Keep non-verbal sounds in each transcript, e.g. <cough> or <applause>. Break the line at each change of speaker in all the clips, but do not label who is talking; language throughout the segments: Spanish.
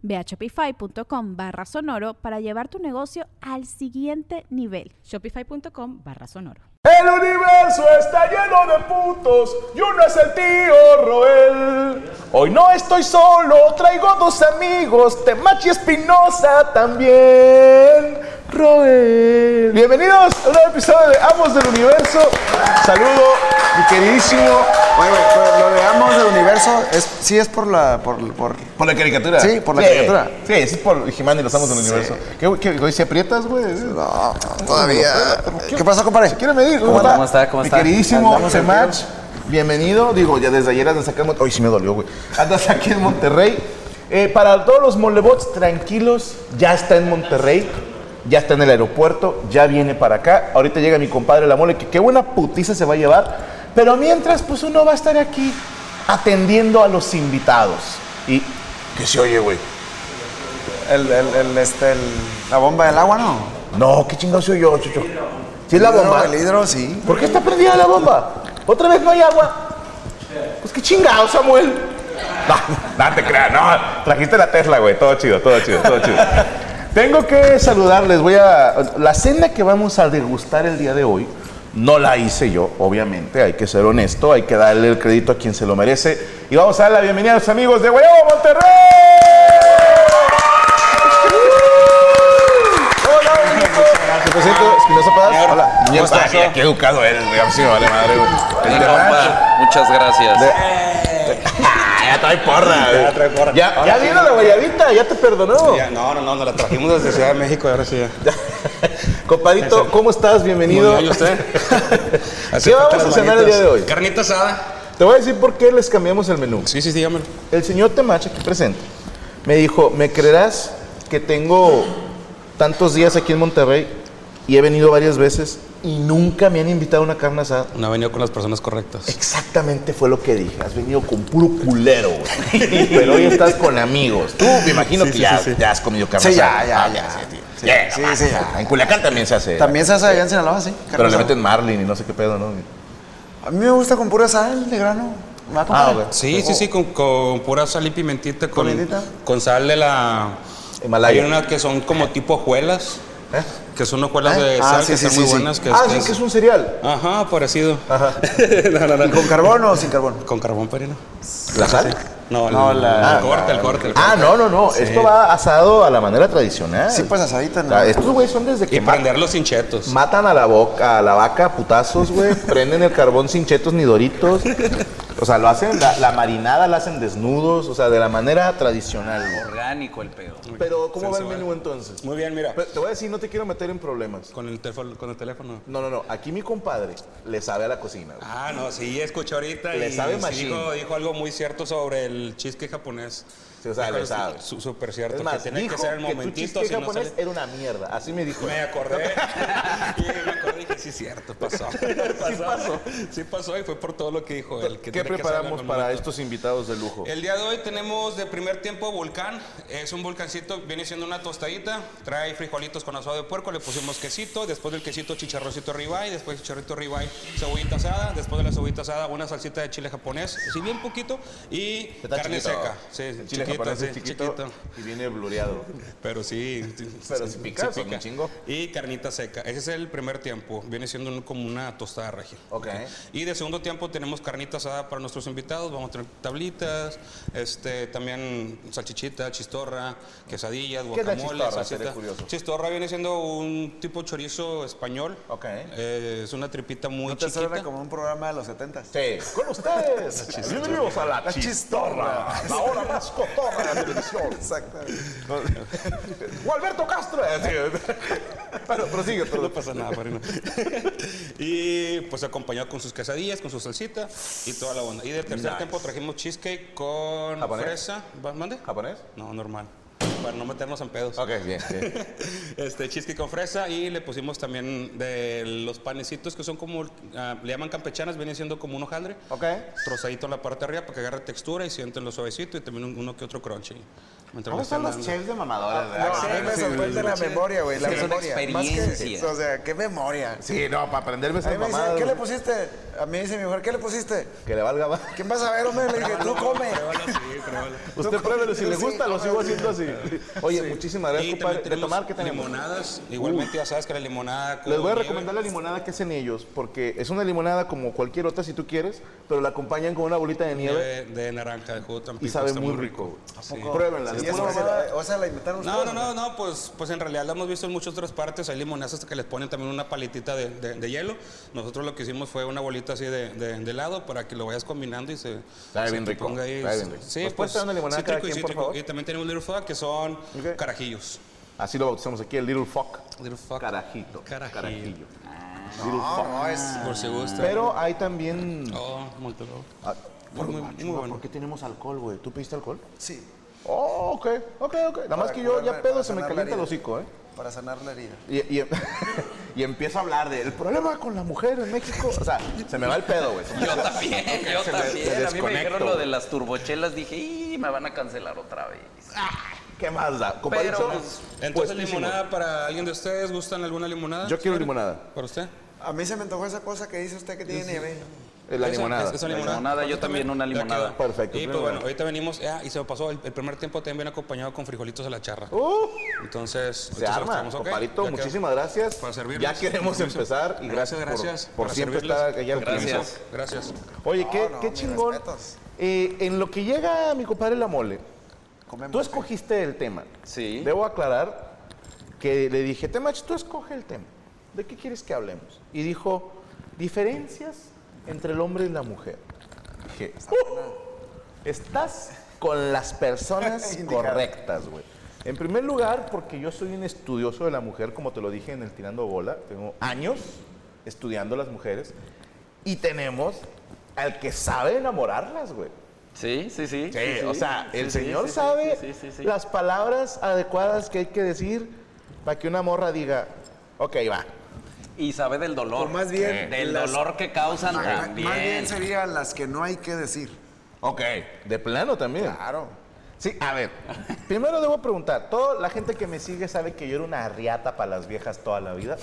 Ve a shopify.com barra sonoro para llevar tu negocio al siguiente nivel.
Shopify.com barra sonoro.
El universo está lleno de putos y uno es el tío Roel. Hoy no estoy solo, traigo dos amigos, Temachi Espinosa también. Roel. Bienvenidos a un nuevo episodio de Amos del Universo.
Saludo, mi queridísimo. Oye, güey, pero lo de Amos del Universo es, sí es por la. Por, por-
Por la caricatura.
Sí, por la caricatura.
Sí, sí, es por Jimán y los Amos del
Sí.
Universo. ¿Qué, qué, hoy se aprietas, güey?
No, todavía. ¿Qué pasó, compadre?
Se quiere medir.
¿Cómo
anda? ¿Cómo está? ¿Cómo
Mi
está?
queridísimo
Andamos
Semach, bienvenido. Digo, ya desde ayer andas acá en Monterrey. Hoy sí me dolió, güey. Andas aquí en Monterrey. Eh, para todos los molebots, tranquilos, ya está en Monterrey. Ya está en el aeropuerto, ya viene para acá. Ahorita llega mi compadre La Mole, que qué buena putiza se va a llevar. Pero mientras, pues uno va a estar aquí atendiendo a los invitados. Y que se oye, güey.
El, el, el, este, el- la bomba del agua, ¿no?
No, qué chingado soy yo, chucho. Si es la
Hidro,
bomba.
El hidro, sí.
¿Por qué está prendida la bomba? ¿Otra vez no hay agua? Pues qué chingado, Samuel. No, no te creas, no. Trajiste la Tesla, güey. Todo chido, todo chido, todo chido. Tengo que saludarles. Voy a. La cena que vamos a degustar el día de hoy no la hice yo, obviamente. Hay que ser honesto, hay que darle el crédito a quien se lo merece. Y vamos a dar la bienvenida a los amigos de Guayabo Monterrey. Hola, Benito. Por cierto, Espinosa Paz.
Señor,
Hola.
un
Ya está,
gustazo.
mira, Qué educado eres, güey. A mí sí me vale madre, güey. El
Mi
de rancho.
compa, muchas gracias.
Ya trae porra, güey.
Ah, Ya trae porra.
Ya,
Ahora
ya
sí.
vino la guayabita, ya te perdonó. <laughs>
Ya, no, no, no, nos la trajimos desde Ciudad de México y ahora sí ya.
Compadito, ¿cómo estás? Bienvenido.
Muy bien, ¿y
<laughs>
usted?
¿Qué vamos a cenar el día de hoy?
Carnita asada.
Te voy a decir por qué les cambiamos el menú.
Sí, sí, sí, dígamelo.
El señor Temache, aquí presente, me dijo, ¿me creerás que tengo tantos días aquí en Monterrey y he venido varias veces y nunca me han invitado a una carne asada?
No ha venido con las personas correctas.
Exactamente fue lo que dije. Has venido con puro culero, güey. Pero hoy estás con amigos. Tú me imagino
Sí,
que
sí,
ya,
sí, sí.
ya has comido carne
Sí, ya,
asada.
ya,
Ah,
ya.
sí, sí,
Sí,
Ya,
sí,
nomás.
sí, ya.
En Culiacán también se hace.
También se hace allá en Sinaloa, sí.
Pero le
Carne
meten marlin y no sé qué pedo, ¿no?
asada. A mí me gusta con pura sal de grano. ¿Me va a
Ah,
comprar?
güey.
Sí, sí, sí, con, con pura sal y pimentita, con,
¿Pimentita?
con sal de la...
Himalaya.
Hay unas que son como tipo hojuelas,
¿Eh?
que son hojuelas
¿Eh?
de
Ah,
sal
sí,
que
sí,
están
sí,
muy
sí.
buenas. Que
Ah,
es-
sí, que es un cereal.
Ajá, parecido.
Ajá.
<laughs> no, no,
¿Y
no.
con carbón o sin carbón?
Con carbón perino.
¿La sal?
No, el,
No, la-
el corte, el corte, el corte.
Ah, no, no, no. Esto va asado a la manera tradicional.
Sí, pues asadita, ¿no?
O sea, Estos güeyes son desde que
Y
ma-
prenderlo sin chetos.
matan a la boca, a la vaca a putazos, <laughs> güey. prenden el carbón sin chetos ni doritos. O sea, lo hacen, la, la marinada la hacen desnudos, o sea, de la manera tradicional, güey.
Orgánico el pedo.
Pero, ¿cómo va
Sensual.
el menú entonces?
Muy bien, mira.
Pero te voy a decir, no te quiero meter en problemas.
Con el teléfono. Con el teléfono.
No, no, no. Aquí mi compadre le sabe a la cocina. güey.
Ah, no, sí, escuché ahorita
Le
y
sabe
sí
machín.
dijo, dijo algo muy cierto sobre el cheesecake japonés.
Sí, o sea,
Dijo
le
es
sabe.
su- Súper cierto,
Es más,
que tenía
dijo
que ser el
que tu
momentito,
cheesecake
si no
japonés
sale-
era una mierda. Así me dijo.
Me
<laughs>
acordé, y me acordé y dije, sí, cierto, pasó. pasó. <laughs> Sí pasó. y fue por todo lo que dijo él.
¿Qué
que tiene que salir
preparamos
algún
para
momento.
estos invitados de lujo?
El día de hoy tenemos de primer tiempo volcán. Es un volcancito, viene siendo una tostadita. Trae frijolitos con asado de puerco, le pusimos quesito. Después del quesito, chicharrocito ribeye. Después chicharrito ribeye, cebollita asada. Después de la cebollita asada, una salsita de chile japonés. Sí, bien poquito. Y
Está
carne
chiquito.
seca. Sí,
El chile
chiquito,
japonés
sí,
es chiquito, y viene blureado.
Pero sí.
<laughs> Pero si pica, son un chingo.
Y carnita seca. Ese es el primer tiempo. Viene siendo un- como una tostada regia.
Ok.
Y de segundo tiempo tenemos carnita asada para para nuestros invitados. Vamos a tener tablitas, este, también salchichita, chistorra, quesadillas,
¿Qué es la
guacamole,
chistorra?
salsita.
Seré curioso.
Chistorra viene siendo un tipo chorizo español.
Ok.
Eh, es una tripita muy
¿No te
chiquita.
suena como un programa de los 70
Sí. Con ustedes, bienvenidos a La
La
Chistorra,
Chistorra.
la hora más cotorra de la televisión.
Exactamente.
Gualberto <laughs> Castro. Pero prosigue, pero
No pasa nada,
<laughs>
Marina. y pues acompañado con sus quesadillas, con su salsita y toda la onda. Y del tercer
Nice.
tiempo trajimos cheesecake con
¿Japonés?
fresa. ¿Va- ¿Mande?
¿Japonés?
No, normal. Para no meternos en pedos.
Ok, bien, bien.
<laughs> Este cheesecake con fresa y le pusimos también de los panecitos que son como, ah, le llaman campechanas, vienen siendo como un hojaldre.
Ok.
Trozadito en la parte de arriba para que agarre textura y sienten lo suavecito y también un- uno que otro crunchy. Mientras le
¿Cómo son
están
los
dando.
chefs de mamadores?
No, a mí
¿verdad?
me
Sí,
sorprende la memoria, güey. La
Sí, es una
memoria. Más que-
experiencia.
o sea, qué memoria.
Sí, no, para aprenderme
A mí
esas
me
mamadas.
dicen, ¿qué le
güey.
pusiste? A mí dice mi mujer, ¿qué le pusiste?
Que le valga más.
<laughs> ¿Quién vas a ver, hombre? Le dije, tú come.
Usted pruébelo, si le
Sí,
gusta, lo sigo
ahora sí.
haciendo así. Oye, muchísimas
Y
gracias,
también
compadre. De
tenemos
tomar, ¿qué tenemos?
Limonadas. Igualmente, ya sabes que la limonada. con
Les voy a
nieve.
recomendar la limonada que hacen ellos, porque es una limonada como cualquier otra si tú quieres, pero la acompañan con una bolita de nieve
Nieve de naranja de jugo tampico.
y sabe
está
muy rico.
Sí.
Pruébenla.
Y
de
eso
pura
que se
mamada.
la- O sea, la invitaron
No, no,
ustedes,
no, no, pues, pues en realidad lo hemos visto en muchas otras partes. Hay limonadas hasta que les ponen también una paletita de, de- de hielo. Nosotros lo que hicimos fue una bolita así de, de, de helado para que lo vayas combinando y se.
Sabe
se
bien
te
rico,
ponga ahí.
sabe bien rico.
Sí,
¿Nos puedes
pues,
traer una limonada cada
cítrico y
quien, por
cítrico.
favor?
Y también tenemos Little Fuck que son
Ok.
carajillos.
Así lo bautizamos aquí, el Little Fuck.
Little Fuck.
Carajito.
Carajillo.
Carajillo. Ah.
No, no, es.
Por si gusta.
Pero hay también.
Oh, Montelobos.
Ah,
Muy, muy, muy
Chuma,
bueno.
¿Por qué tenemos alcohol, güey? ¿Tú pediste alcohol?
Sí,
Oh, ok, ok, ok. Nada más
Para
que yo ya
curarme,
pedo
para
se me
sanar la
calienta el
herida.
hocico, ¿eh?
para sanar la herida.
Y, <laughs> y, y empiezo a hablar del problema con la mujer en México. O sea, se me va el pedo, güey. Se me-
Yo también, yo
se me-
también.
se
a mí me dijeron
desconecto.
lo de las turbochelas, dije, "Y, me van a cancelar otra vez.
¿Qué más da? Compadre,
Pero, pues,
Entonces,
puestísimo.
limonada para alguien de ustedes, ¿gustan alguna limonada?
Yo quiero limonada.
¿Para usted?
A mí se me antojó esa cosa que dice usted que tiene nieve.
eh, La
Esa-
limonada.
esa- esa
La limonada, yo
¿Cuánto
también una
Ya
limonada.
quedó.
Perfecto,
Y pues
primero.
bueno, ahorita venimos, ah, y se me pasó, el, el primer tiempo también viene acompañado con frijolitos a la charra.
Uh,
Entonces,
se
ahorita los
arma,
traemos, ok,
compadrito.
Pues ya quedó.
muchísimas gracias.
Para servirles.
ya queremos empezar y gracias, por-
gracias.
por,
para
siempre
servirles.
estar allá al
Gracias.
comienzo.
Gracias.
Oye, qué,
No, no,
qué
mis
chingón.
respetos.
Eh, en lo que llega mi compadre La Mole,
Comemos.
tú escogiste el tema.
Sí.
Debo aclarar que le dije, Temach, tú escoge el tema. ¿De qué quieres que hablemos? Y dijo, diferencias entre el hombre y la mujer. Dije, "Uh, estás con las personas
Indicado.
correctas, güey. En primer lugar, porque yo soy un estudioso de la mujer, como te lo dije en el Tirando Bola, tengo años estudiando las mujeres, y tenemos al que sabe enamorarlas, güey.
Sí, sí, sí.
Sí, o sea,
sí,
el
sí,
señor
sí, sí,
sabe
sí, sí, sí.
las palabras adecuadas que hay que decir para que una morra diga, ok, va.
Y sabe del dolor.
O más bien,
Del
las-
dolor que causan
Ma- ma-
también.
Más bien serían las que no hay que decir.
Ok. De plano también.
Claro.
Sí, a ver, primero debo preguntar, toda la gente que me sigue sabe que yo era una riata para las viejas toda la vida,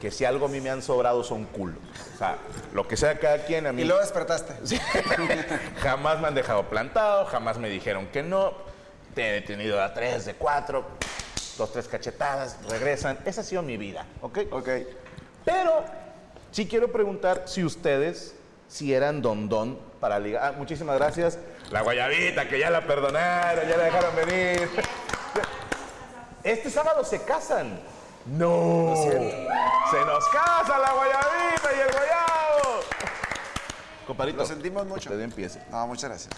que si algo a mí me han sobrado son culos. O sea, lo que sea cada quien a mí...
Y luego despertaste.
Sí. <laughs> jamás me han dejado plantado, jamás me dijeron que no. Te he tenido a tres, de cuatro, dos, tres cachetadas, regresan. Esa ha sido mi vida, ¿ok?
Ok.
Pero sí quiero preguntar si ustedes, si eran dondón para ligar. Ah, muchísimas gracias. La guayabita, que ya la perdonaron, ya la dejaron venir. <laughs> Este sábado se casan. No. Se nos casa la guayabita y el guayabo. Compadrito,
Lo sentimos mucho.
usted empiece.
No, muchas gracias.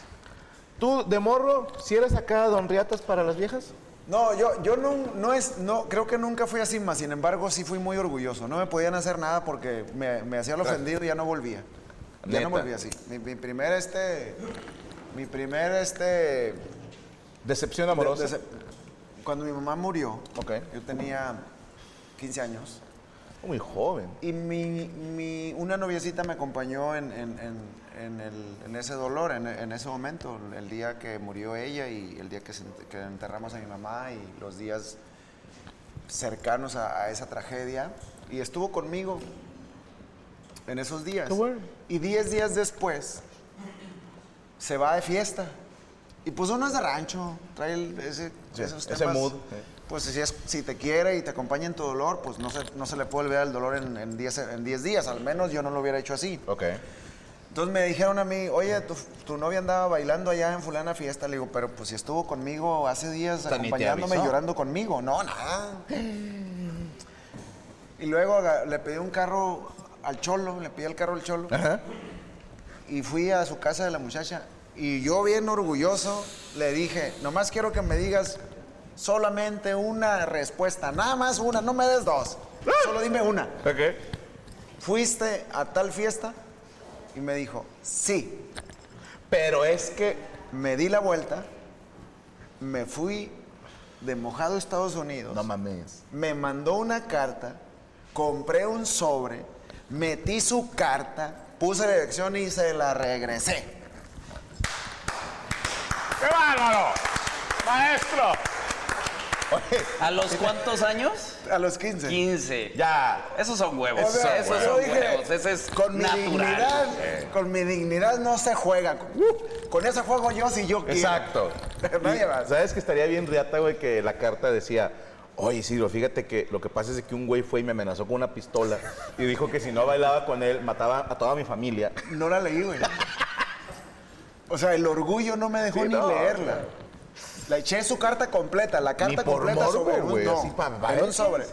Tú, de morro, si eres acá don Riatas para las viejas,
No, yo, yo no, no es, no, creo que nunca fui así, más sin embargo sí fui muy orgulloso. No me podían hacer nada porque me, me hacía el ofendido y ya no volvía. Ya
Neta.
no volvía así. Mi, mi primer este, mi primer este,
decepción amorosa.
de- de- cuando mi mamá murió,
Ok.
yo tenía 15 años
Muy joven.
y mi, mi- una noviecita me acompañó en, en- en- en el- en ese dolor, en, en ese momento, el día que murió ella y el día que, se ent- que enterramos a mi mamá y los días cercanos a, a esa tragedia y estuvo conmigo en esos días.
Qué bueno.
Y 10 días después se va de fiesta. Y pues uno es de rancho, trae el- ese,
Sí,
esos
ese
temas.
mood, eh. sí.
Pues si, es- si te quiere y te acompaña en tu dolor, pues no se, no se le puede olvidar el dolor en 10 en diez- en diez días. Al menos yo no lo hubiera hecho así.
Ok.
Entonces me dijeron a mí, oye, tu, tu novia andaba bailando allá en fulana fiesta. Le digo, pero pues si estuvo conmigo hace días
sea, ni te
acompañándome y
avisó.
llorando conmigo. No, nada. Y luego aga- le pedí un carro al cholo, le pedí el carro al cholo. Y fui a su casa de la muchacha. Y yo bien orgulloso le dije, nomás quiero que me digas solamente una respuesta, nada más una, no me des dos. Solo dime una.
Ok.
¿Fuiste a tal fiesta? Y me dijo, sí.
Pero es que.
Me di la vuelta, me fui de mojado a Estados Unidos.
No mames.
Me mandó una carta, compré un sobre, metí su carta, puse la dirección y se la regresé.
¡Qué bárbaro! ¡Maestro!
Oye,
¿A los cuántos años?
A los 15.
15.
ya.
Esos son huevos.
O sea,
esos
yo
son
dije,
huevos. Ese es
con mi
natural.
dignidad, con mi dignidad no se juega. Con, con ese juego yo si yo quiero.
<laughs> Exacto.
<laughs> Nadie
Y,
más.
¿Sabes que estaría bien riata, güey, que la carta decía, oye, Ciro, fíjate que lo que pasa es que un güey fue y me amenazó con una pistola y dijo que si no bailaba con él, mataba a toda mi familia.
No la leí, güey. O sea, el orgullo no me dejó
Sí,
ni
no,
leerla. La eché su carta completa, la carta
por
completa
morbo,
sobre un,
güey,
no,
así pa-
era
vale.
un sobre.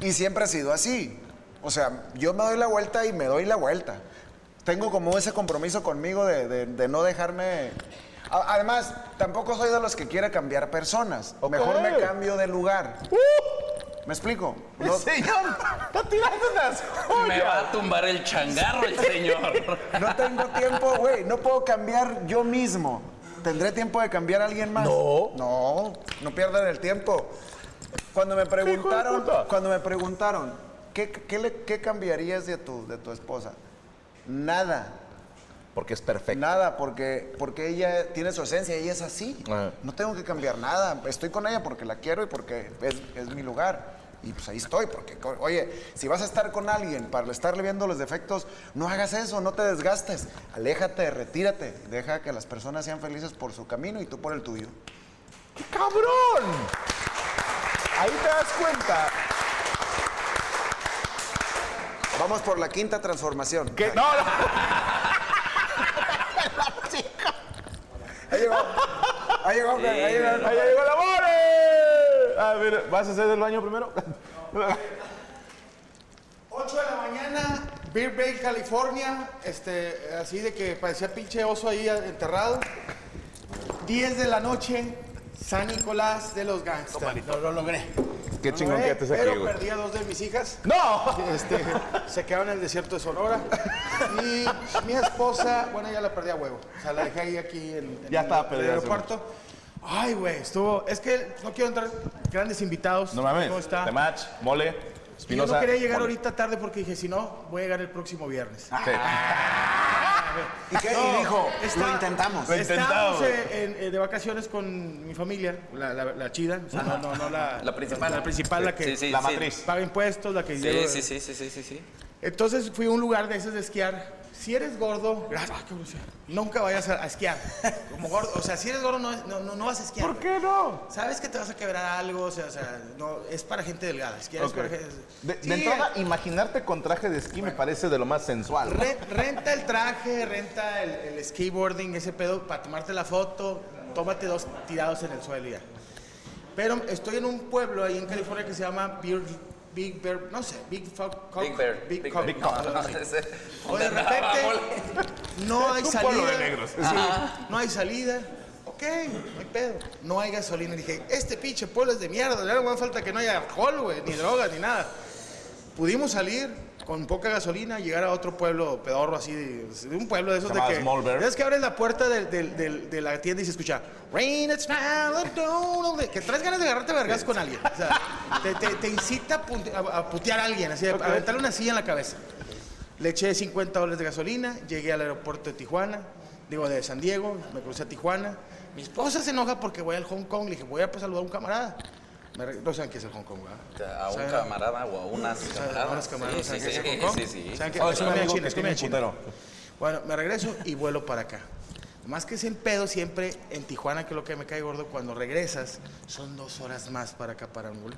Y siempre ha sido así. O sea, yo me doy la vuelta y me doy la vuelta. Tengo como ese compromiso conmigo de, de- de no dejarme. A- Además, tampoco soy de los que quiere cambiar personas.
Ok.
Mejor me cambio de lugar.
<laughs>
¿Me explico?
<laughs>
No-
Señor, está tirando las
Me va a tumbar el changarro el señor.
<laughs> No tengo tiempo, güey. No puedo cambiar yo mismo. ¿Tendré tiempo de cambiar a alguien más?
No.
No, no pierdan el tiempo. Cuando me preguntaron,
puta.
cuando me preguntaron, ¿qué, qué le- qué cambiarías de tu, de tu esposa? Nada,
Porque es perfecto.
nada, porque, porque ella tiene su esencia, ella es así.
Ajá.
No tengo que cambiar nada. Estoy con ella porque la quiero y porque es, es mi lugar. Y pues ahí estoy, porque, co- oye, si vas a estar con alguien para estarle viendo los defectos, no hagas eso, no te desgastes. Aléjate, retírate. Deja que las personas sean felices por su camino y tú por el tuyo.
¡Cabrón! Ahí te das cuenta
Vamos por la quinta transformación.
que. No, no.
Ahí llegó. Ahí llegó. ahí llegó.
Ahí ya llegó la more. A ver, Ah, ¿vas a hacer el baño primero?
8 de la mañana, Beer Bay, California, este, así de que parecía pinche oso ahí enterrado. 10 de la noche, San Nicolás de los Gangsters. Lo, lo logré.
<laughs> Qué
Lo
chingón
logré,
que te saqué,
Pero
güey.
perdí a dos de mis hijas.
¡No!
Este, se quedaron en el desierto de Sonora. Y mi esposa, bueno, ya la perdí a huevo. O sea, la dejé ahí aquí en, en
Ya
el-
estaba perdida,
el aeropuerto. Ay, güey, estuvo. Es que no quiero entrar grandes invitados.
No
¿Cómo
mames.
está?
The Match, Mole,
Y Yo
Espinosa.
no quería llegar
Mole.
ahorita tarde porque dije, si no, voy a llegar el próximo viernes.
¿Y qué?
No,
y dijo,
está-
lo intentamos.
Lo
Estábamos
intentamos.
eh, en- eh, de vacaciones con mi familia, la, la- la chida, o sea, no, no, no la,
La principal.
La principal, la que
Sí, sí,
La
sí.
matriz.
paga impuestos, la que
Sí,
lleva-
sí, sí, sí, sí, sí, sí.
Entonces fui a un lugar de esos de esquiar. Si eres gordo, gra- ah, qué grosero, nunca vayas a, a esquiar. Como gordo, o sea, si eres gordo no, es- no, no, no vas a esquiar. ¿Por qué no? Sabes que te vas a quebrar algo, o sea, o sea, no, es para gente delgada. Esquiar
Ok.
es para gente.
De, de
Sí, eh.
entrada, imaginarte con traje de esquí me parece de lo más sensual.
Re- renta el traje, renta el, el skateboarding, ese pedo, para tomarte la foto, tómate dos tirados en el suelo y ya. Pero estoy en un pueblo ahí en California que se llama Beer- Big Bear, no sé, Big Fuck Cock-
Big Bear.
Big,
Big
Cock,
Bear.
no, algo así.
<laughs>
O de repente no hay
Es un
salida.
pueblo de negros.
Sí, no hay salida. Ok, no hay pedo. No hay gasolina. Dije, este pinche pueblo es de mierda. Ya no más falta que no haya alcohol, güey, ni drogas, ni nada. Pudimos salir con poca gasolina, llegar a otro pueblo pedorro así, de, de un pueblo de esos
Se
de
llama
que...
Small Bear.
Es que abres la puerta del- del- del- de la tienda y se escucha... Rain, it's now, don't know", que traes ganas de agarrarte a vergas con alguien. O sea, te, te- te incita a, punte- a- a putear a alguien, así, a- a aventarle una silla en la cabeza. Le eché 50 dólares de gasolina, llegué al aeropuerto de Tijuana, digo de San Diego, me crucé a Tijuana. Mi esposa se enoja porque voy al Hong Kong, le dije, voy a pues, saludar a un camarada. Me re- No saben qué es el Hong Kong, ¿verdad?
A un camarada o a unas
A
camaradas.
unas camaradas,
Sí,
¿saben
sí,
qué
sí,
es el Hong Kong?
sí, sí.
¿Saben qué?
Oh,
Es
un
comida
amigo
china,
que
es
tiene
comida china.
putero.
Bueno, me regreso y vuelo para acá. Más que es el pedo siempre en Tijuana, que es lo que me cae gordo, cuando regresas, son dos horas más para acá, para Angul.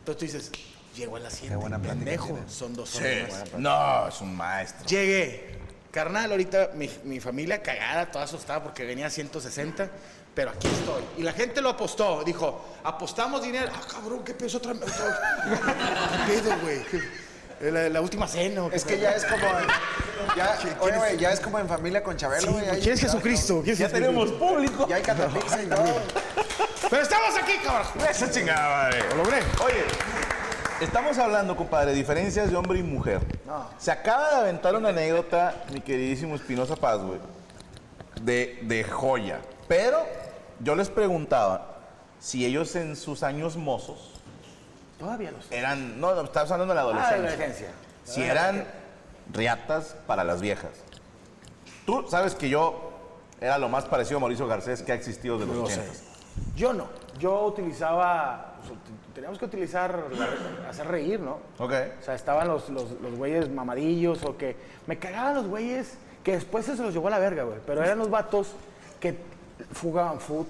Entonces tú dices, llego a la siguiente, pendejo, son dos horas más.
No, es un maestro.
Llegué,
Carnal, ahorita mi, mi familia cagada, toda asustada porque venía a 160, pero aquí estoy. Y la gente lo apostó, dijo, apostamos dinero. Ah, cabrón, ¿qué peso otra otra- <laughs> ¿Qué pedo, güey? ¿Qué- La, la última cena. o qué
Es que
pedo?
ya es como.
<laughs>
Ya, oye, güey, ya es como en familia con Chabelo,
Sí,
güey.
güey,
ahí-
¿Quién es Jesucristo? ¿Quién es
Ya
Jesucristo?
tenemos público.
Ya hay catapixia y todo.
Pero estamos aquí, cabrón.
Esa chingada, madre.
Lo logré.
Oye, estamos hablando, compadre, diferencias de hombre y mujer. Se acaba de aventar una anécdota, mi queridísimo Espinosa Paz, güey, de, de joya. Pero yo les preguntaba si ellos en sus años mozos
Todavía los.
eran. No, no, estamos hablando de la
Ah,
adolescencia.
la emergencia.
Si eran riatas para las viejas. Tú sabes que yo era lo más parecido a Mauricio Garcés que ha existido de los ochentas.
Yo no. Yo utilizaba. pues, ut- teníamos que utilizar. la- hacer reír, ¿no?
Ok.
O sea, estaban los, los, los güeyes mamadillos o que. Me cagaban los güeyes que después se los llevó a la verga, güey. Pero eran los vatos que fugaban foot,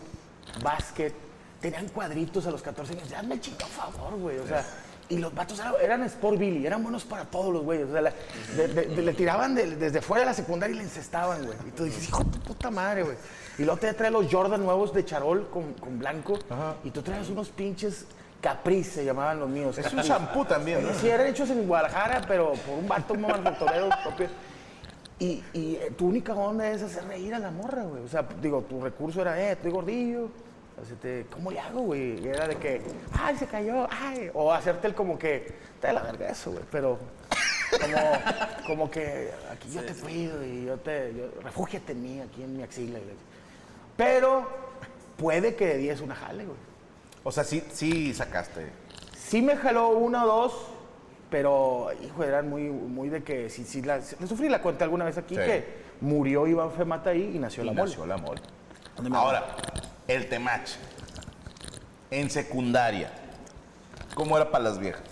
básquet, tenían cuadritos a los 14 años. Hazme el chingo favor, güey. O sea. Y los vatos eran, eran Sport Billy, eran buenos para todos los güeyes. O sea, la- de- de- de- le tiraban de- desde fuera de la secundaria y le encestaban, güey. Y tú dices, hijo de tu puta madre, güey. Y luego te trae los Jordan nuevos de charol con, con blanco. Y tú traes unos pinches capriz, se llamaban los míos.
Es un
Capriz.
champú también, ¿no?
Sí, eran hechos en Guadalajara, pero por un vato manufacturero <laughs> propio. Y, y, eh, tu única onda es hacer reír a la morra, güey. O sea, digo, tu recurso era, eh, estoy gordillo. así te- ¿Cómo le hago, güey? Y era de que, ay, se cayó, ay. O hacerte el como que, te la verga eso, güey. Pero como, como que, aquí yo te cuido y yo te, yo- refúgiate en mí, aquí en mi axila. y la- Pero puede que de 10 una jale, güey.
O sea, sí, sí sacaste.
Sí me jaló uno o dos, pero, hijo, eran muy, muy de que... Si, si la, le sufrí la cuenta alguna vez aquí
Sí.
que murió Iván Femata ahí y nació la
Y
mole.
nació la mole. Ahora, el temach. En secundaria. ¿Cómo era para las viejas?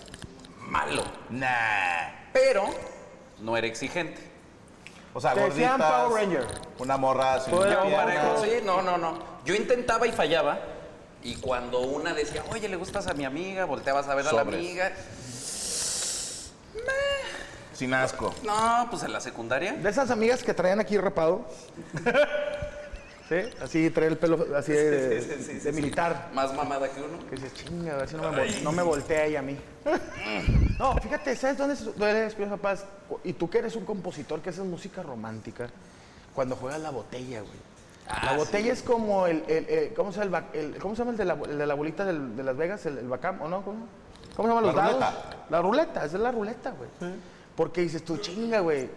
Malo.
Nah.
Pero no era exigente.
O sea,
Te
gorditas.
decían Power Ranger.
Una morra sin
Tú eras un
piernas.
parejo.
Sí, no, no, no. Yo intentaba y fallaba. Y cuando una decía, oye, le gustas a mi amiga, volteabas a ver a la
Sobres.
amiga.
Sin asco.
No, pues en la secundaria.
De esas amigas que traían aquí rapado. <laughs> ¿Sí? Así trae el pelo así de, de-
Sí, sí, sí, sí, sí.
de militar.
Más mamada que uno.
Que dices, chinga, a ver si no me, vol- no me voltea ella
<laughs>
a mí. No, fíjate, ¿sabes dónde es- duele Espinosa Paz? Cu- Y tú que eres un compositor que haces música romántica, cuando juegas la botella, güey.
Ah,
la botella es como el, el- el- ¿cómo, se llama el, ba- el- ¿cómo se llama el de la, el de la bolita del- de Las Vegas? El, el bacam, ¿o no? ¿Cómo, cómo se llaman los
La
dados?
ruleta.
La ruleta, esa es la ruleta, güey. Porque dices tú, chinga, güey.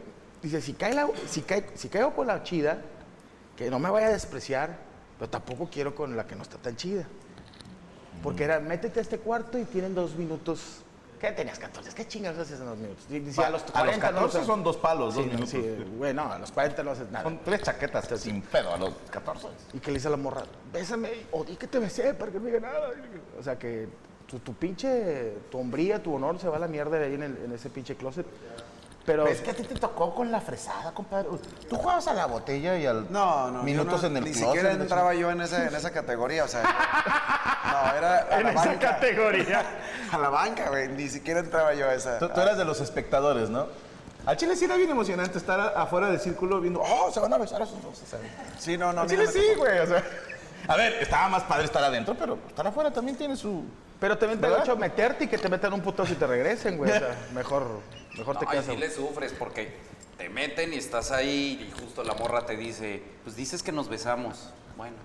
Dices, si cae la, si cae, si caigo con la chida, que no me vaya a despreciar, pero tampoco quiero con la que no está tan chida. Porque era, métete a este cuarto y tienen dos minutos. ¿Qué tenías 14? ¿Qué chingados haces en dos minutos? Y- y si
Pa-
a los
a
40
los 14
no,
son dos palos, dos
Sí, no,
minutos.
sí, güey, no, a los 40 no haces nada.
Son tres chaquetas sin pedo a los 14.
Y que le dice a la morra, bésame, o di que te besé para que no diga nada. O sea, que tu, tu pinche, tu hombría, tu honor se va a la mierda de ahí en, el- en ese pinche closet. Pero
Es que a ti te tocó con la fresada, compadre. Tú jugabas a la botella y al
No, no.
minutos
yo no-
en el
Ni
closet,
siquiera
¿no?
entraba yo en, ese- en esa categoría,
<laughs>
o sea. No, era. A la banca.
categoría.
<laughs> A la banca, güey. Ni siquiera entraba yo a esa.
Tú, tú eras de los espectadores, ¿no? Al chile sí era bien emocionante estar a- afuera del círculo viendo, oh, se van a besar a sus dos. o sea,
Sí, no, no. a
al
mí
chile
no me
sí, güey. o sea. A ver, estaba más padre estar adentro, pero
pues,
estar afuera también tiene su.
Pero también te han
¿Verdad?
hecho meterte y que te metan un putazo y te regresen, güey. O sea,
<laughs>
mejor, mejor te
No, y
quedas.
sí le sufres porque te meten y estás ahí y justo la morra te dice, pues dices que nos besamos. Bueno,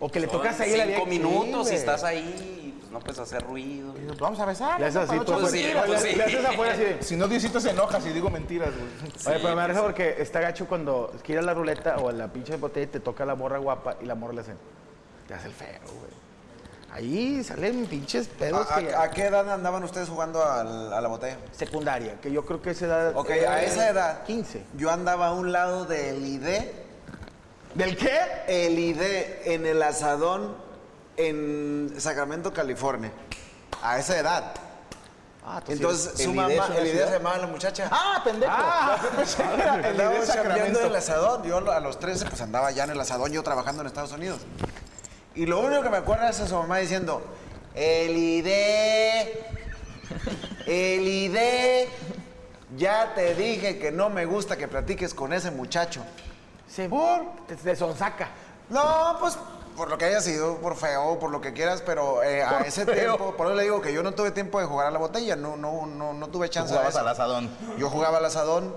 O que le
son
tocas ahí a la
cinco
vieja-
minutos
Sí,
y estás
güey.
ahí, pues no puedes hacer ruido.
eh,
Vamos a besar.
Le haces así, tú
Pues
afuera.
sí,
Le-
pues
le-
sí.
<laughs>
le haces afuera así de-
Si no, Diosito se enoja si digo mentiras, güey.
Oye,
<laughs>
pero
Sí,
me
pues
refiero porque está gacho cuando gira la ruleta o a la pinche botella y te toca la morra guapa y la morra le hacen. Te hace el feo, güey. Ahí salen pinches pedos
tocó.
que
¿A,
ya-
a- a qué edad andaban ustedes jugando al- a la botella?
secundaria, que yo creo que esa edad.
Ok,
eh,
a esa edad.
15.
Yo andaba a un lado del ID.
¿Del qué?
El ID en el asadón en Sacramento, California. A esa edad.
Ah, tú sí
Entonces,
eres-
su
el
mamá,
IDES,
el
¿sí?
ID se llamaba la muchacha.
Ah, pendejo. <laughs>
El de
Andábamos chambeando
Sacramento.
en el asadón. Yo a los 13 pues andaba ya en el asadón, yo trabajando en Estados Unidos. Y lo único que me acuerdo es a su mamá diciendo, el ID, el ID, Ya te dije que no me gusta que platiques con ese muchacho.
Se, te, te sonsaca.
No, pues por lo que haya sido, por feo, por lo que quieras, pero eh, a ese tiempo, por eso le digo que yo no tuve tiempo de jugar a la botella, no, no, no, no tuve chance de
Jugabas
eso.
al asadón.
Yo jugaba al asadón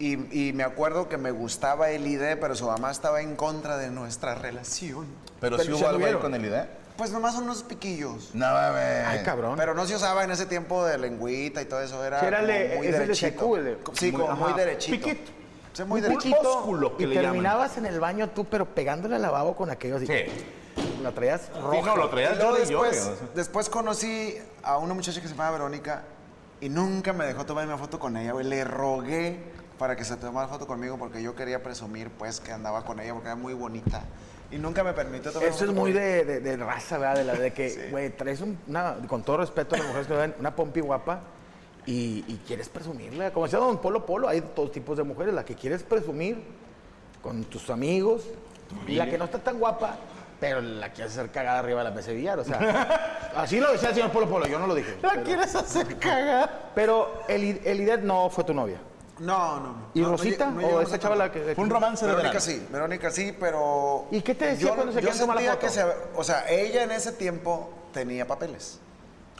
y, y me acuerdo que me gustaba el ID, pero su mamá estaba en contra de nuestra relación.
Pero
Pero
si
ya
hubo
lo
algo ahí
vieron.
con el idea.
Pues nomás unos piquillos.
No, mames.
Ay, cabrón.
Eh, Pero no se usaba en ese tiempo de lengüita y todo eso, era,
Sí, era
como
le-
muy
es el de
derechito.
Secu, el de-
sí, como
ajá.
muy derechito.
Piquito.
Sí, muy
Un
derechito.
ósculo que
y
le llaman.
terminabas en el baño tú, pero pegándole al lavabo con aquello así.
Sí.
La traías
Sí,
roja.
no, lo
Y
traías
luego
yo de
después,
yo.
después conocí a una muchacha que se llamaba Verónica y nunca me dejó tomar una foto con ella, güey. Le rogué para que se tomara foto conmigo porque yo quería presumir, pues, que andaba con ella porque era muy bonita. Y nunca me permitió tomar
Eso es muy de, de- de raza, ¿verdad? De la de que,
<laughs> Sí.
güey, traes un- una, con todo respeto a las mujeres que lo ven, una pompi guapa y, y quieres presumirla. Como decía Don Polo Polo, hay todos tipos de mujeres. La que quieres presumir con tus amigos y la que no está tan guapa, pero la quieres hacer cagada arriba de la mesa de billar.
<laughs>
O sea, así lo decía el señor Polo Polo, yo no lo dije.
¿La quieres
<laughs>
hacer cagada?
Pero el, i- el IDET no fue tu novia.
No, no. no.
¿Y
No, no
Rosita?
lleg- no
¿O
llegamos
esa
a
chava
tanto.
la que.?
Fue un romance de
Verónica
verano.
sí, Verónica sí, pero...
¿Y qué te decía cuando se
yo
querían tomar la
sentía que
foto?
se- o sea, ella en ese tiempo tenía papeles.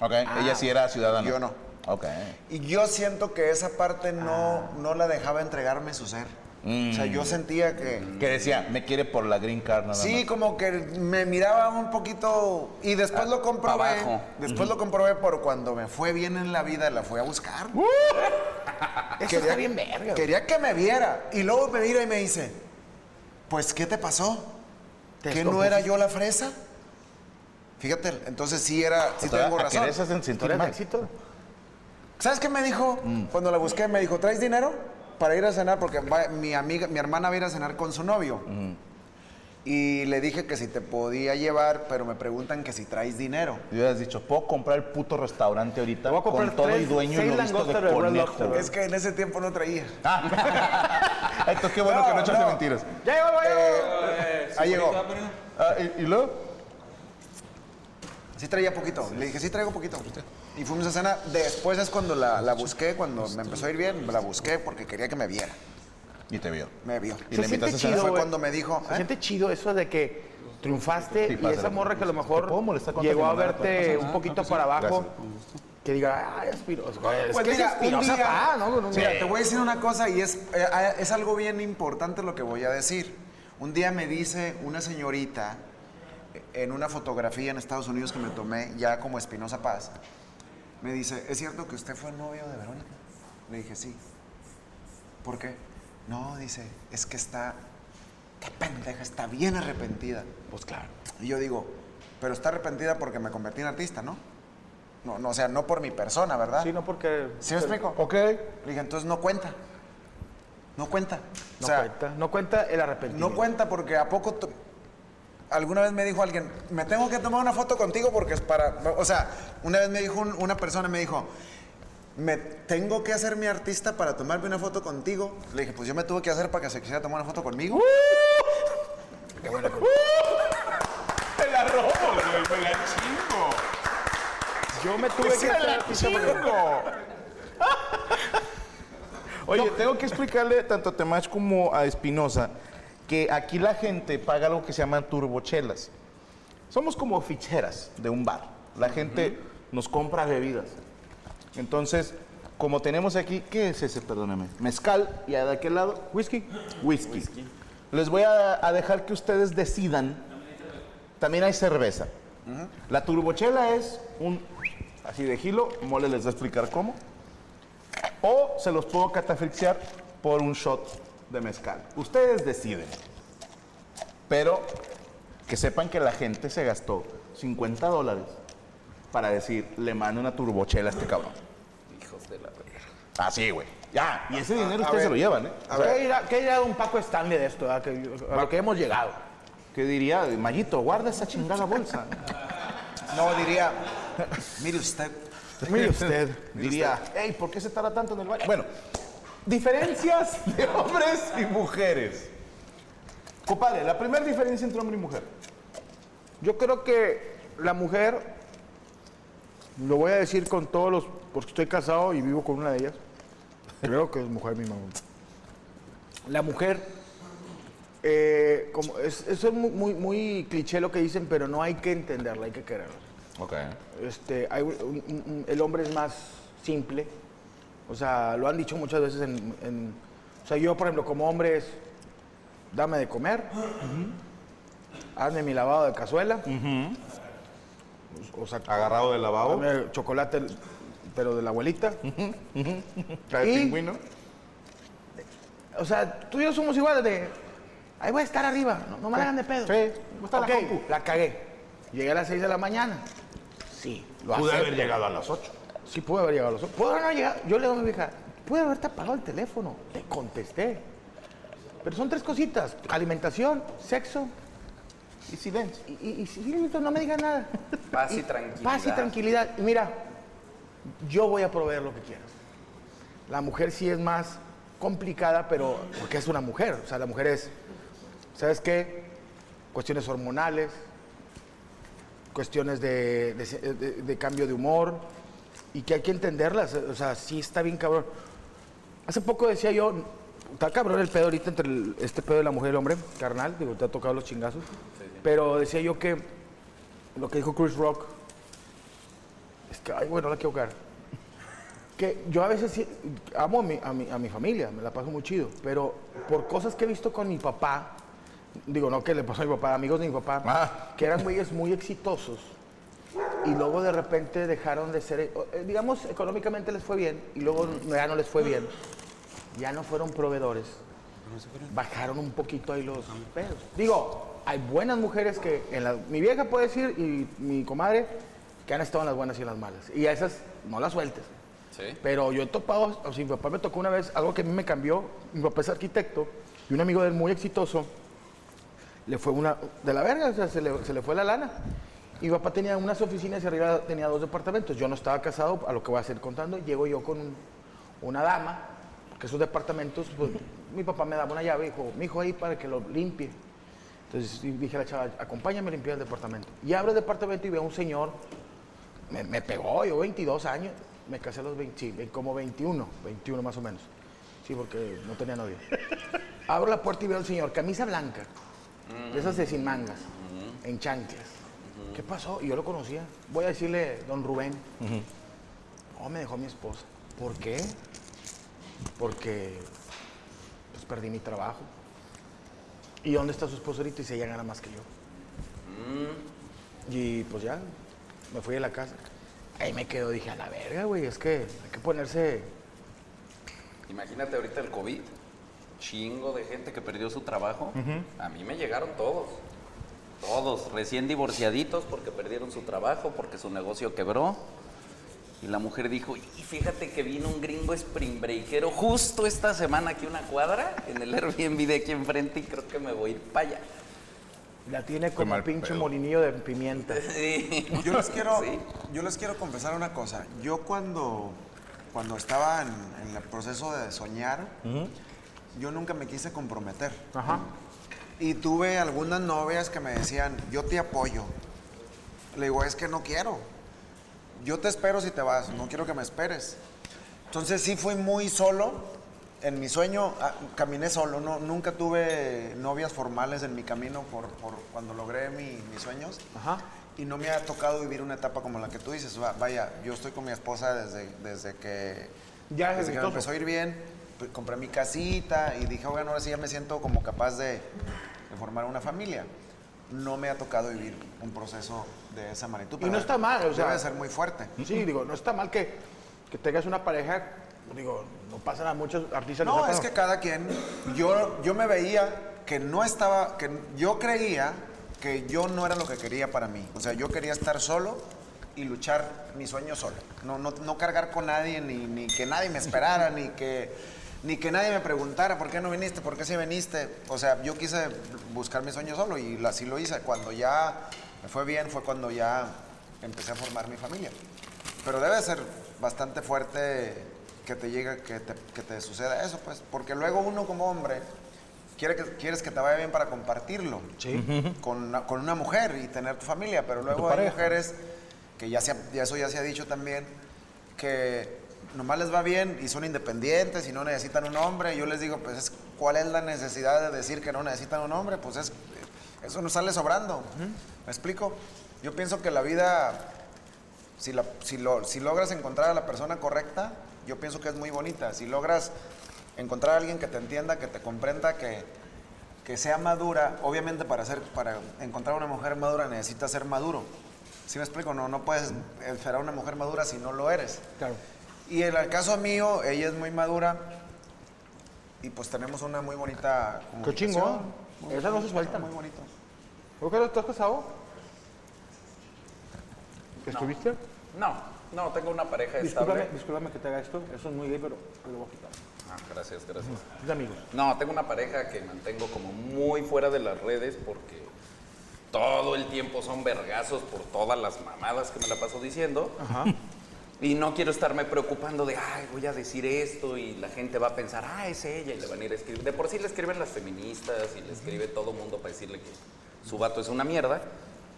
Ok, ella sí era ciudadana.
Yo no.
Ok.
Y yo siento que esa parte no, no la dejaba entregarme su ser. O sea, yo sentía que...
Que decía, me quiere por la green card nada
Sí,
más.
como que me miraba un poquito y después lo comprobé.
abajo.
Después lo comprobé por cuando me fue bien en la vida, la fui a buscar.
Eso está bien verga. güey.
Quería que me viera y luego me mira y me dice, pues ¿qué te pasó?
Te
¿Que no era yo la fresa? Fíjate, entonces sí era, sí tengo
¿A
razón.
querés hacer sentir
¿Tú eres de
mal?
éxito?
¿Sabes qué me dijo? Cuando la busqué, me dijo, ¿traes dinero? Para ir a cenar, porque va- mi amiga, mi hermana va a ir a cenar con su novio. Y le dije que si te podía llevar, pero me preguntan que si traes dinero.
Y hubieras dicho, puedo comprar el puto restaurante ahorita
Te voy a comprar
con todo
tres-
y dueño y
seis
lo visto de
langostas de Red
conejo.
Lobster, güey.
Es que en ese tiempo no traía.
Ah, Entonces qué bueno
No,
que no echaste
no.
mentiras.
Ya llegó el
Eh, Ahí llegó.
Ah, ¿y, y luego?
Sí traía poquito. Le dije, sí traigo poquito. Y fuimos a cena. Después es cuando la, la busqué, cuando me empezó a ir bien, la busqué porque quería que me viera.
Y te vio.
Me vio.
Y le invitaste a cenar.
Fue
güey.
cuando me dijo,
Se
¿eh?
siente chido eso de que triunfaste
Sí,
y esa
pásale.
morra que a lo
¿Te puedo molestar
mejor
con
llegó a
otra llamada?
verte
Pásale.
un poquito para abajo.
Gracias.
Que diga, ay, aspirosa. Es
Pues
que es
mira, un
aspirosa,
día-
pa, ¿no? Un día
Mira, te voy a decir una cosa y es, eh, a- es algo bien importante lo que voy a decir. Un día me dice una señorita eh, en una fotografía en Estados Unidos que me tomé ya como Espinosa Paz, me dice, ¿es cierto que usted fue novio de Verónica? Le dije, sí. ¿Por qué? No, dice, es que está, qué pendeja, está bien arrepentida. Pues claro. Y yo digo, pero está arrepentida porque me convertí en artista, ¿no? No, no, o sea, no por mi persona, ¿verdad?
Sí, no porque...
¿Sí me explico?
Ok.
Le dije, entonces no cuenta. No cuenta. o
No
sea,
cuenta. No cuenta el arrepentimiento.
no cuenta porque a poco. to- Alguna vez me dijo alguien, me tengo que tomar una foto contigo porque es para. O sea, una vez me dijo un- una persona, me dijo, me tengo que hacer mi artista para tomarme una foto contigo. Le dije, pues yo me tuve que hacer para que se quisiera tomar una foto conmigo.
Uh,
¡Te la robo, güey! ¡Me la chingo!
Yo me tuve que hacer artista porque-
<laughs> Oye, tengo que explicarle tanto a Temach como a Espinosa que aquí la gente paga algo que se llaman turbochelas. Somos como ficheras de un bar. La gente nos compra bebidas. Entonces, como tenemos aquí, ¿qué es ese? Perdóname. Mezcal y de aquel lado, whisky. Whisky. Les voy a, a dejar que ustedes decidan. También hay cerveza. La turbochela es un así de gilo, mole les va a explicar cómo. O se los puedo catafrixiar por un shot de mezcal. Ustedes deciden. Pero que sepan que la gente se gastó 50 dólares para decir, le mando una turbochela a este cabrón. Hijos de la Así, güey. Ya. Y ese dinero ustedes se lo llevan, ¿eh? O sea,
¿Qué irá- ¿Qué irá un Paco Stanley de esto? ah? Que yo- A lo que hemos llegado.
¿Qué diría? Mayito, guarda esa chingada bolsa.
No,
<laughs>
diría, mire usted.
Mire usted. Diría, hey, ¿por qué se tarda tanto en el baño? Bueno, diferencias de hombres y mujeres. Compadre, la primera diferencia entre hombre y mujer.
Yo creo que la mujer, lo voy a decir con todos los, porque estoy casado y vivo con una de ellas, Creo que es mujer mi mamá. La mujer, eh, como es, eso es mu- muy, muy cliché lo que dicen, pero no hay que entenderla, hay que quererla.
Ok.
Este, hay un- un- un- el hombre es más simple. O sea, lo han dicho muchas veces en, en- O sea, yo, por ejemplo, como hombre es, dame de comer, hazme mi lavado de cazuela, o sea,
Agarrado del lavabo.
dame chocolate, pero de la abuelita.
Cae
Y-
pingüino.
O sea, tú y yo somos iguales de. Ahí voy a estar arriba, no, no me la hagan de pedo.
Sí, voy a estar en la
Ok,
compu.
la cagué. Llegué a las 6 de la mañana. Sí, lo
Pude
acepto.
haber llegado a las 8.
Sí, pude haber llegado a los ojos. Pude haber no llegado. Yo le digo a mi vieja, pude haberte apagado el teléfono. Te contesté. Pero son tres cositas: alimentación, sexo
Y silencio.
y, y, y silencio, no me digas nada.
Paz y
Y-
tranquilidad.
Paz y tranquilidad. Y mira, yo voy a proveer lo que quieras. La mujer sí es más complicada, pero porque es una mujer. O sea, la mujer es, ¿sabes qué? Cuestiones hormonales, cuestiones de, de- de- de cambio de humor, y que hay que entenderlas. O sea, sí está bien cabrón. Hace poco decía yo, está cabrón el pedo ahorita entre el- este pedo de la mujer y el hombre, carnal, digo, te ha tocado los chingazos. Pero decía yo que lo que dijo Chris Rock, es que, ay, bueno, la quiero cagar. Que yo a veces sí- amo a mi, a, mi, a mi familia, me la paso muy chido, pero por cosas que he visto con mi papá, digo, no que le pasó a mi papá, amigos de mi papá,
Ah.
que eran güeyes muy exitosos y luego de repente dejaron de ser, eh, digamos, económicamente les fue bien y luego ya no les fue bien, ya no fueron proveedores, bajaron un poquito ahí los pedos. Digo, hay buenas mujeres que, en la- mi vieja puede decir y mi comadre, que han estado en las buenas y en las malas. Y a esas no las sueltes.
Sí.
Pero yo he topado, o sea, mi papá me tocó una vez algo que a mí me cambió. Mi papá es arquitecto y un amigo de él muy exitoso le fue una de la verga, o sea, se le, se le fue la lana. Y mi papá tenía unas oficinas y arriba tenía dos departamentos. Yo no estaba casado, a lo que voy a seguir contando. Llego yo con un- una dama, que esos departamentos, pues mi papá me daba una llave y dijo, mi hijo ahí para que lo limpie. Entonces y dije a la chava, acompáñame a limpiar el departamento. Y abro el departamento y veo a un señor, me, me pegó, yo 22 años, me casé a los 20, sí, ve- como 21, 21 más o menos. Sí, porque no tenía novia. Abro la puerta y veo al señor, camisa blanca, de esas de sin mangas, en chanclas. ¿Qué pasó? Y yo lo conocía. Voy a decirle, don Rubén, oh, me dejó mi esposa. ¿Por qué? Porque pues, perdí mi trabajo. ¿Y dónde está su esposo ahorita? Y se ella gana más que yo. Y pues ya, me fui de la casa. Ahí me quedo, dije, a la verga, güey, es que hay que ponerse...
Imagínate ahorita el COVID. Chingo de gente que perdió su trabajo. A mí me llegaron todos. Todos, recién divorciaditos porque perdieron su trabajo, porque su negocio quebró. Y la mujer dijo, y fíjate que vino un gringo spring breakero justo esta semana aquí a una cuadra, en el Airbnb de aquí enfrente y creo que me voy a ir para allá.
La tiene como
mal
pinche
pedo.
molinillo de pimienta.
Sí.
Yo les quiero,
Sí.
yo les quiero confesar una cosa. Yo cuando, cuando estaba en, en el proceso de soñar, yo nunca me quise comprometer.
<laughs> Ajá.
Y tuve algunas novias que me decían, yo te apoyo. Le digo, es que no quiero. Yo te espero si te vas, no quiero que me esperes. Entonces sí fui muy solo. En mi sueño ah, caminé solo, no, nunca tuve novias formales en mi camino por, por cuando logré mi- mis sueños.
Ajá.
Y no me ha tocado vivir una etapa como la que tú dices. Va- Vaya, yo estoy con mi esposa desde, desde que,
Ya es
desde que me
exitoso.
empezó a ir bien. P- Compré mi casita y dije, bueno, ahora sí ya me siento como capaz de, de formar una familia. No me ha tocado vivir un proceso de esa magnitud.
Y
pero
no está mal, o sea-
Debe de ser muy fuerte.
Sí, digo, no está mal que, que tengas una pareja, digo, no pasan a muchos artistas. les
No,
ha
es que
pasado.
cada quien, yo, yo me veía que no estaba, que yo creía que yo no era lo que quería para mí. O sea, yo quería estar solo y luchar mi sueño solo. No, no, no cargar con nadie, ni, ni que nadie me
<laughs>
esperara, ni que, ni que nadie me preguntara por qué no viniste, por qué sí viniste. O sea, yo quise buscar mi sueño solo y así lo hice. Cuando ya me fue bien fue cuando ya empecé a formar mi familia. Pero debe ser bastante fuerte que te llegue, que te, que te suceda eso, pues. Porque luego uno como hombre quiere que, quieres que te vaya bien para compartirlo con, una, con una mujer y tener tu familia. Pero luego hay mujeres, que ya, se ha- ya eso ya se ha dicho también, que nomás les va bien y son independientes y no necesitan un hombre. Yo les digo, pues, es- ¿cuál es la necesidad de decir que no necesitan un hombre? Pues es, eso nos sale sobrando. ¿Me explico? Yo pienso que la vida, si, la- si lo- si logras encontrar a la persona correcta, yo pienso que es muy bonita. Si logras encontrar a alguien que te entienda, que te comprenda, que, que sea madura, obviamente para, ser, para encontrar una mujer madura necesitas ser maduro. ¿Sí me explico? No, no puedes esperar a una mujer madura si no lo eres.
Claro.
Y en el caso mío, ella es muy madura y pues tenemos una muy bonita
Qué
comunicación.
chingón. Esas no se sueltan.
Muy bonito.
¿Tú Carlos, estás casado? ¿Estuviste?
No, no, tengo una pareja
Discúlpame,
estable.
discúlpame que te haga esto. Eso es muy gay, pero te lo voy a quitar.
Ah, gracias, gracias.
Es amigos.
No, tengo una pareja que mantengo como muy fuera de las redes porque todo el tiempo son vergazos por todas las mamadas que me la paso diciendo. Y no quiero estarme preocupando de, ay, voy a decir esto y la gente va a pensar, ah, es ella y le van a ir a escribir. De por sí le escriben las feministas y le escribe todo mundo para decirle que su vato es una mierda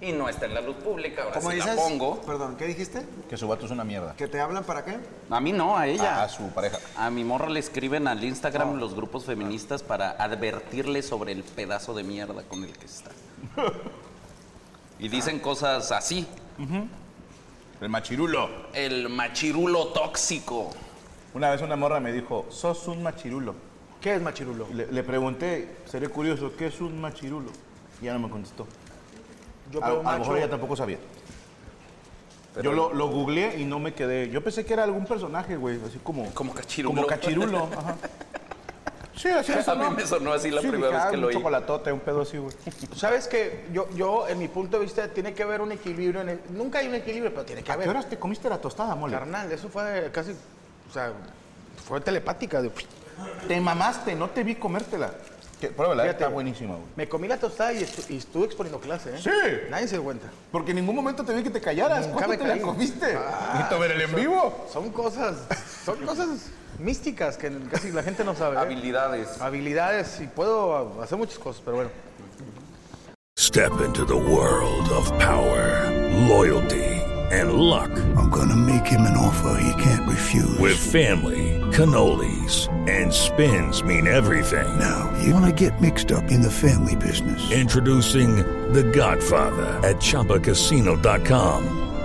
y no está en la luz pública. Ahora
¿Cómo
sí
dices?
la pongo.
Perdón, ¿qué dijiste?
Que su vato es una mierda.
¿Que te hablan para qué?
A mí no, a ella.
A, a su pareja.
A mi morra le escriben al Instagram los grupos feministas para advertirle sobre el pedazo de mierda con el que está. Y dicen cosas así.
El machirulo.
El machirulo tóxico.
Una vez una morra me dijo, sos un machirulo.
¿Qué es machirulo?
Y Le, le pregunté, seré curioso, ¿qué es un machirulo? Y ya no me contestó.
Yo
A,
creo
a lo mejor
macho.
ella tampoco sabía. yo lo, lo googleé y no me quedé. Yo pensé que era algún personaje, güey, así como...
Como cachirulo.
Como cachirulo, ajá. Sí, así
<laughs> A
es.
mí me sonó así la primera vez que lo
un
oí.
chocolatote, un pedo así, güey.
Sabes que yo, yo, en mi punto de vista, tiene que haber un equilibrio. En el- nunca hay un equilibrio, pero tiene que
¿A qué
haber.
horas te comiste la tostada, mole?
Carnal, eso fue casi, o sea, fue telepática. de-
Te mamaste, no te vi comértela. Que, pruébala,
Fíjate,
está buenísima, güey.
Me comí la tostada y, estu- y estuve exponiendo clase, ¿eh?
Sí.
Nadie se dio cuenta.
Porque en ningún momento te vi que te callaras.
Nunca
¿Cuándo
me
te
caí.
la comiste? Necesito ver el en vivo.
Son cosas,
<laughs>
son cosas místicas que casi la gente no sabe. ¿eh?
Habilidades.
Habilidades, y puedo hacer muchas cosas, pero bueno.
Step into the world of power, loyalty, and luck. I'm going to make him an offer he can't refuse. With family, cannolis, and spins mean everything. Now, you want to get mixed up in the family business? Introducing The Godfather at ChumbaCasino.com.